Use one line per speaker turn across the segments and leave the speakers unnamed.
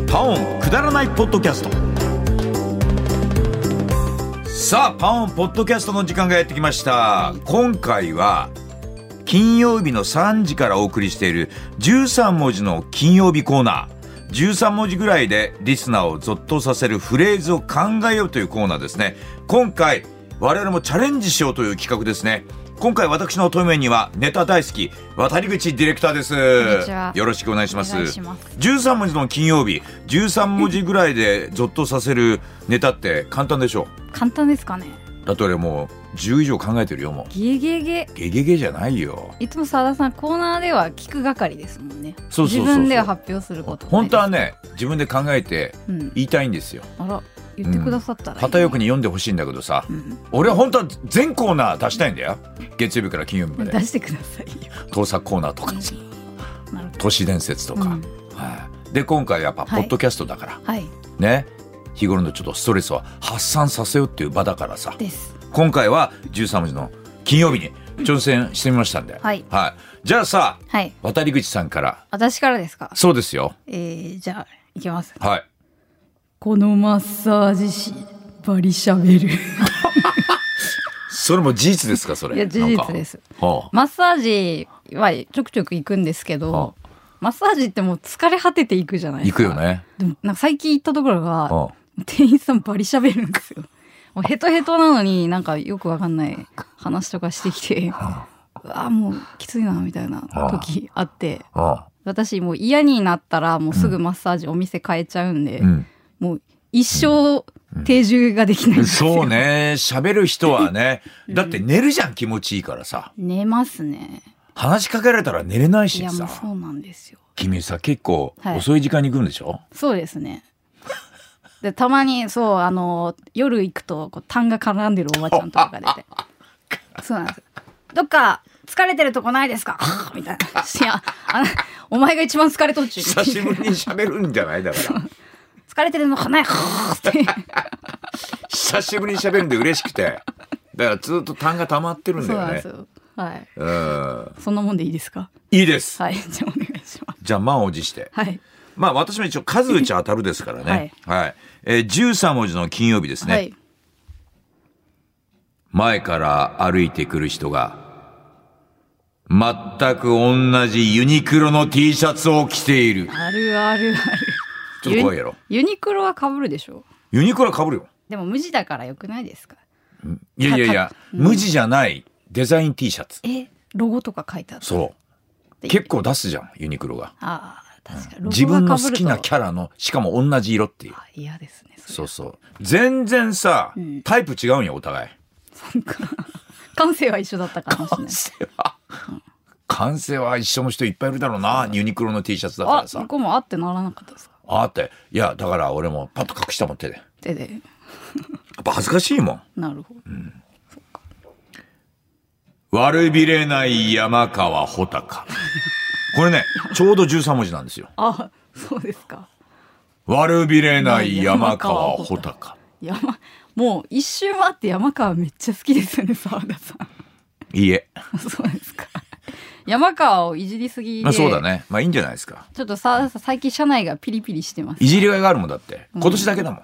くだらないポッドキャストさあパオンポッドキャストの時間がやってきました今回は金曜日の3時からお送りしている13文字の金曜日コーナー13文字ぐらいでリスナーをゾッとさせるフレーズを考えようというコーナーですね今回我々もチャレンジしようという企画ですね今回私の問い面にはネタ大好き渡口ディレクターです
んにちは
よろしくお願いします
お願いします
13文字の金曜日13文字ぐらいでゾッとさせるネタって簡単でしょ
簡単ですかね
だって俺もう10以上考えてるよもう
ゲゲゲ
ゲゲゲじゃないよ
いつも澤田さんコーナーでは聞く係ですもんね
そうそうそうそう
自分では発表することない
本当はね自分で考えて
うん
言いたいんですよ
あら言ってくださったらいい
片翼に読んでほしいんだけどさ
うん
俺は本当は全コーナー出したいんだよ月曜日から金曜日ま
出
で
してください よ
盗作コーナーとかさ
なるほど
都市伝説とか、
うん
はいで今回やっぱポッドキャストだから、
はい
ね日頃のちょっとストレスを発散させようっていう場だからさ
です
今回は13文字の金曜日に挑戦してみましたんで、
はい
じゃあさ
はい
渡り口さんから
私からですか
そうですよ
えー、じゃあいきます
はい
このマッサージ師バリしゃ べる
それも事実ですかそれ
いや事実です
なんかは
マッサージはちょくちょく行くんですけどマッサージってもう疲れ果てて行くじゃな
あ
いで
行
すか
くよね
でもなんか最近行ったところが
は
店員さんバリ喋るんですよ。もうヘトヘトなのになんかよくわかんない話とかしてきて、
あ
うわあもうきついなみたいな時あって、
あ
私もう嫌になったらもうすぐマッサージお店変えちゃうんで、
うん
もう一生定住ができないんですよ。
そうね喋る人は ねだって寝るじゃん気持ちいいからさ
寝ますね。
話しかけられたら寝れない
い
し
やも
さ
うそうなんですよ。
君さ結構
はい
遅い時間に行くんでしょ、
そうですね。でたまにそうあの夜行くとこう痰が絡んでるおばちゃんとかが出てそうなんですどっか疲れてるとこないですかみたいな「いやあのお前が一番疲れとっちゅう」
久しぶりに喋るんじゃ ないだから
疲れてるのかないって
久しぶりに喋るんで嬉しくてだからずっと痰が溜まってるん
そ
だ
うな
よ
んで
ね
すよはい
うん
そんなもんでいいですか
いいです
はいじゃあお願いします
じゃあ満を持して
はい
まあ私も一応数打ち当たるですからねはい、えー、13文字の金曜日ですね、
はい
前から歩いてくる人が全く同じユニクロの T シャツを着ている
あるあるある
ちょっと怖いやろ
ユニユニクロは被るでしょ
ユニクロは被るよ
でも無地だからよくないですか
いやいやいや無地じゃないデザイン T シャツ
えロゴとか書いてある
そう
で
結構出すじゃんユニクロが
ああ確かに
自分の好きなキ
ャ
ャラのしかも同じ色っていう
嫌ですねそ
そうそう全然さ、
ん
タイプ違うんよお互い
れなんか感性は一緒だったかもしれない
は 感性は一緒の人いっぱいいるだろうなユニクロの T シャツだか
あ
らさ
向こうもあってならなかったですか
あっていやだから俺もパッと隠したもん手でや
手で
っぱ恥ずかしいもん
なるほど
悪びれない山川穂 高これねちょうど13文字なんですよ
あそうですか
悪びれない山川穂高
山もう一周回って山川めっちゃ好きですよね澤田さ
いいえ、
んそうですか山川をいじりすぎで、
まあ、そうだねまあいいんじゃないですか
ちょっと澤田さん最近車内がピリピリしてます
いじりがいがあるもんだって今年だけだもん、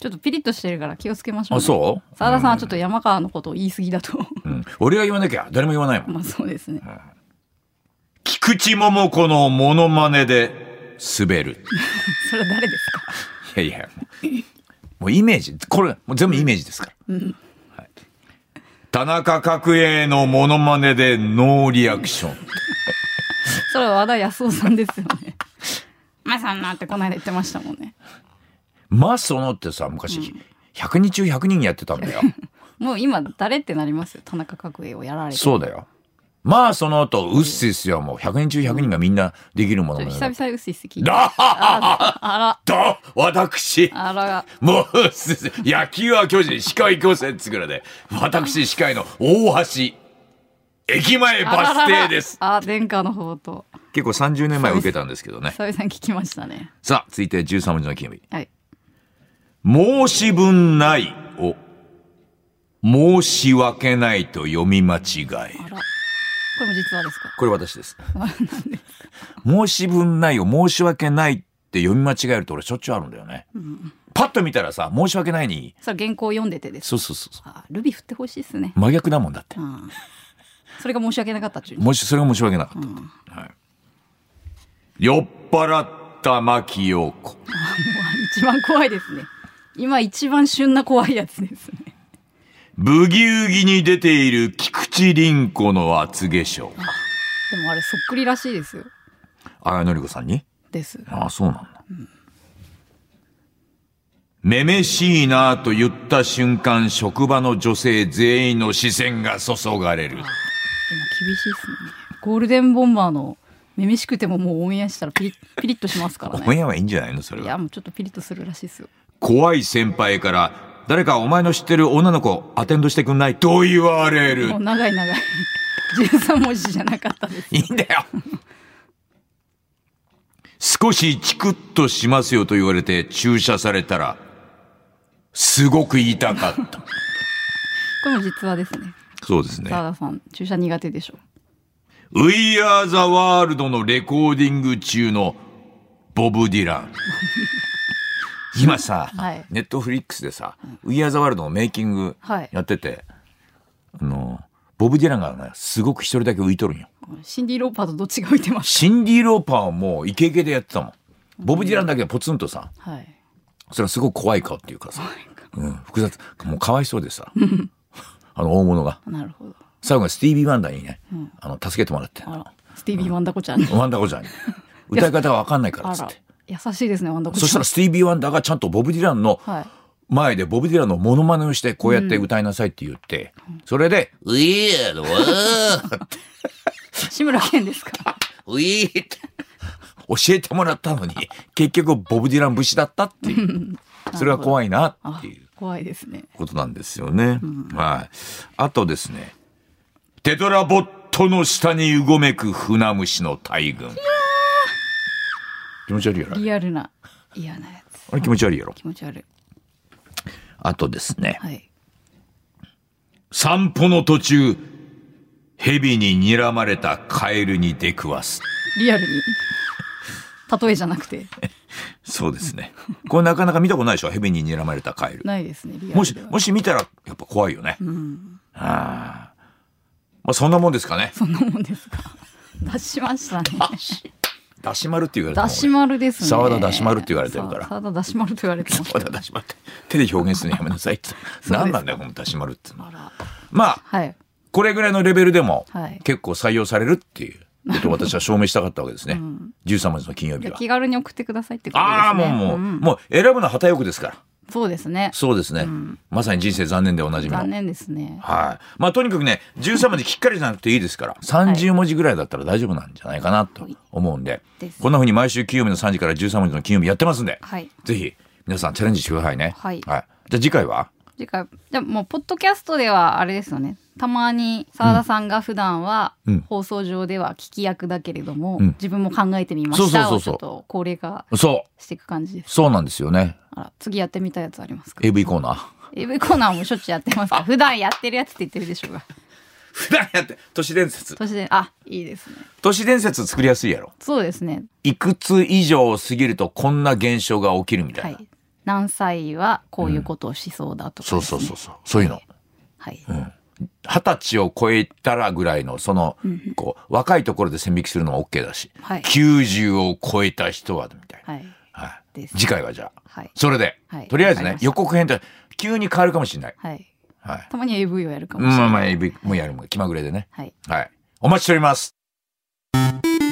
ちょっとピリッとしてるから気をつけましょう、
あそう
澤田さんはちょっと山川のことを言い過ぎだと
うん、俺が言わなきゃ誰も言わないもん
まあそうですね
菊池桃子のモノマネで滑る。
それ誰ですか
いやいや、もうイメージ、これもう全部イメージですから。はい田中角栄のモノマネでノーリアクション。
それは和田康夫さんですよ ね。まあさんなんてこの間言ってましたもんね。
まあそのってさ、昔、100人中100人やってたんだよ。
もう今誰ってなりますよ。田中角栄をやられて。
そうだよ。まあそのと、うっせっすよ。もう100人中100人がみんなできるもの
ちょ
ま
っと
ね
久
だ。
々にうっすいっす聞いて。
だ
あ
だ私
ら、あら、
もう、野球は巨人、司会強制っつぐらで、私司会の大橋、駅前バス停です。
あ、殿下の方と。
結構30年前受けたんですけどね。
久々に聞きましたね。
さあ、続いて13文字の金曜日。
はい。
申し分ないを、申し訳ないと読み間違え
あ
る。
ら。これも実はですか。
これ私です。申し分ないを申し訳ないっって読み間違えると俺しょっちゅうあるんだよね。
うん、
パッと見たらさ、申し訳ないに。
それ原稿読んでてです
そうそうそうそ
あルビ振ってほしいですね
う。真逆だもんだって
う。んそれが申し訳なかったっちゅうね
もし、それが申し訳なかったって。はい。酔っ払った牧陽子。
一番怖いですね今一番旬な怖いやつですね
ブギウギに出ている菊池凛子の厚化粧。
でもあれそっくりらしいですよ
あ、のりこさんに
です
ああ、そうなんだ。めめしいなと言った瞬間、職場の女性全員の視線が注がれる。
今厳しいですねゴールデンボンバーのめめしくてももうオンエアしたらピリッピリッとしますから
オン
ね
エアはいいんじゃないのそれ
い
は。
やもうちょっとピリッとするらしいですよ
怖い先輩から、誰かお前の知ってる女の子アテンドしてくんないと言われる
もう。長い長い13文字じゃなかっ たです
いいんだよ。少しチクッとしますよと言われて注射されたら、すごく痛かった。
これも実話ですね
そうですね。
澤田さん注射苦手でしょ
We Are the World のレコーディング中のボブ・ディ ラン。今さ、
はい
ネットフリックスでさ、We Are the World のメイキング
はい
やってて、あの、ボブ・ディランがね、すごく一人だけ浮いとるんよ。
シンディ・ローパーとどっちが浮いてます
シンディ・ローパーはもうイケイケでやってたもん。ボブ・ディランだけはポツンとさ、
はい
それはすごく怖い顔っていうかさ、うん、複雑、もうかわいそうでさ、 あの大物が。
なるほど
最後にスティービー・ワンダーにね、あの、助けてもらって、
あらスティービー・ワンダコちゃんに
ワンダー子ちゃんに。歌い方がわかんないから
あ
っつっ
ら
て。
優しいですねワンダコちゃん
そしたらスティービー・ワンダーがちゃんとボブ・ディランの
はい
前でボブ・ディランのモノマネをしてこうやって歌いなさいって言って、それで、ウィードウーって、
志村けんですか
ウィーって教えてもらったのに、結局ボブ・ディラン節だったっていう。それは怖いな
あ
っていう
怖いですね
ことなんですよね。はい。あとですね、テトラボットの下にうごめく船虫の大群。気持ち悪いやろあれ
リアルな嫌なやつ
あれ気持ち悪いやろ
気持ち悪い
あとですね、
はい
散歩の途中、蛇に睨まれたカエルに出くわす。
リアルに例えじゃなくて
そうです ね。これなかなか見たことないでしょ蛇に睨まれたカエル。
ないですねリアルでは
もし、もし見たらやっぱ怖いよね。ああ。まあそんなもんですかね。
そんなもんです か出しましたね
だし丸って言われても
出し丸ですね
沢田だし丸って言われてるから
さ沢田だし丸と言われてま
俺
し
沢
た
田だし丸って。手で表現するのやめなさい って。
か
何なんだよ、このだし丸ってのは。
あら
まあ、
はい
これぐらいのレベルでも
はい
結構採用されるっていうことを私は証明したかったわけですね。13日の金曜日
じゃあ
は。
気軽に送ってくださいってことですね
ああ、もうもう、
ん
もう選ぶのは旗よくですから。
そうですね
そうですね。まさに人生残念でおなじみの。
残念ですね
はい。まあとにかくね、13まできっかりじゃなくていいですから、30文字ぐらいだったら大丈夫なんじゃないかなと思うんで、
です
こんな風に毎週金曜日の3時から13文字の金曜日やってますんで、
はい
ぜひ皆さんチャレンジしてくださいね。
はい
じゃあ次回は
次回じゃあもうポッドキャストではあれですよねたまに澤田さんが普段は
うん
放送上では聞き役だけれども、
ん
自分も考えてみま
そう
し
そう
た
そ
を
う
ち
そう
ょっと高齢化
そう、
していく感じです
そうなんですよね。
あら次やってみたいやつありますか
AV コーナー。
AV コーナーもしょっちゅうやってますから普段やってるやつって言ってるでしょうが
普段やって、都市伝説。
年であいいですね
都市伝説作りやすいやろ。
そうですね
いくつ以上過ぎるとこんな現象が起きるみたいな。
はい何歳はこういうことをしそうだとか、
そうそうそうそう。そういうの。
はい、
二十歳を超えたらぐらいの、その、こう、若いところで線引きするのは OK だし、
はい
90を超えた人は、みたいな。
はい
はい
です
次回はじゃあ、
はい
それで、
はい
とりあえず
わかり
ね
ま、した
予告編って、急に変わるかもしれない。
はい
はい。
たまに AV をやるかも
ま
しれな
あ
い、
まあ、AV もやるもん気まぐれでね。
はい
はい。お待ちしております。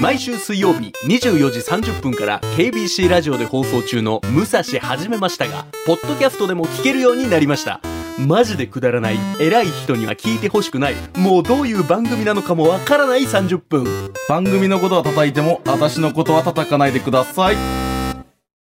毎週水曜日24時30分から KBC ラジオで放送中の「武蔵はじめましたが」ポッドキャストでも聞けるようになりましたマジでくだらない偉い人には聞いてほしくないもうどういう番組なのかもわからない30分
番組のことは叩いても私のことは叩かないでください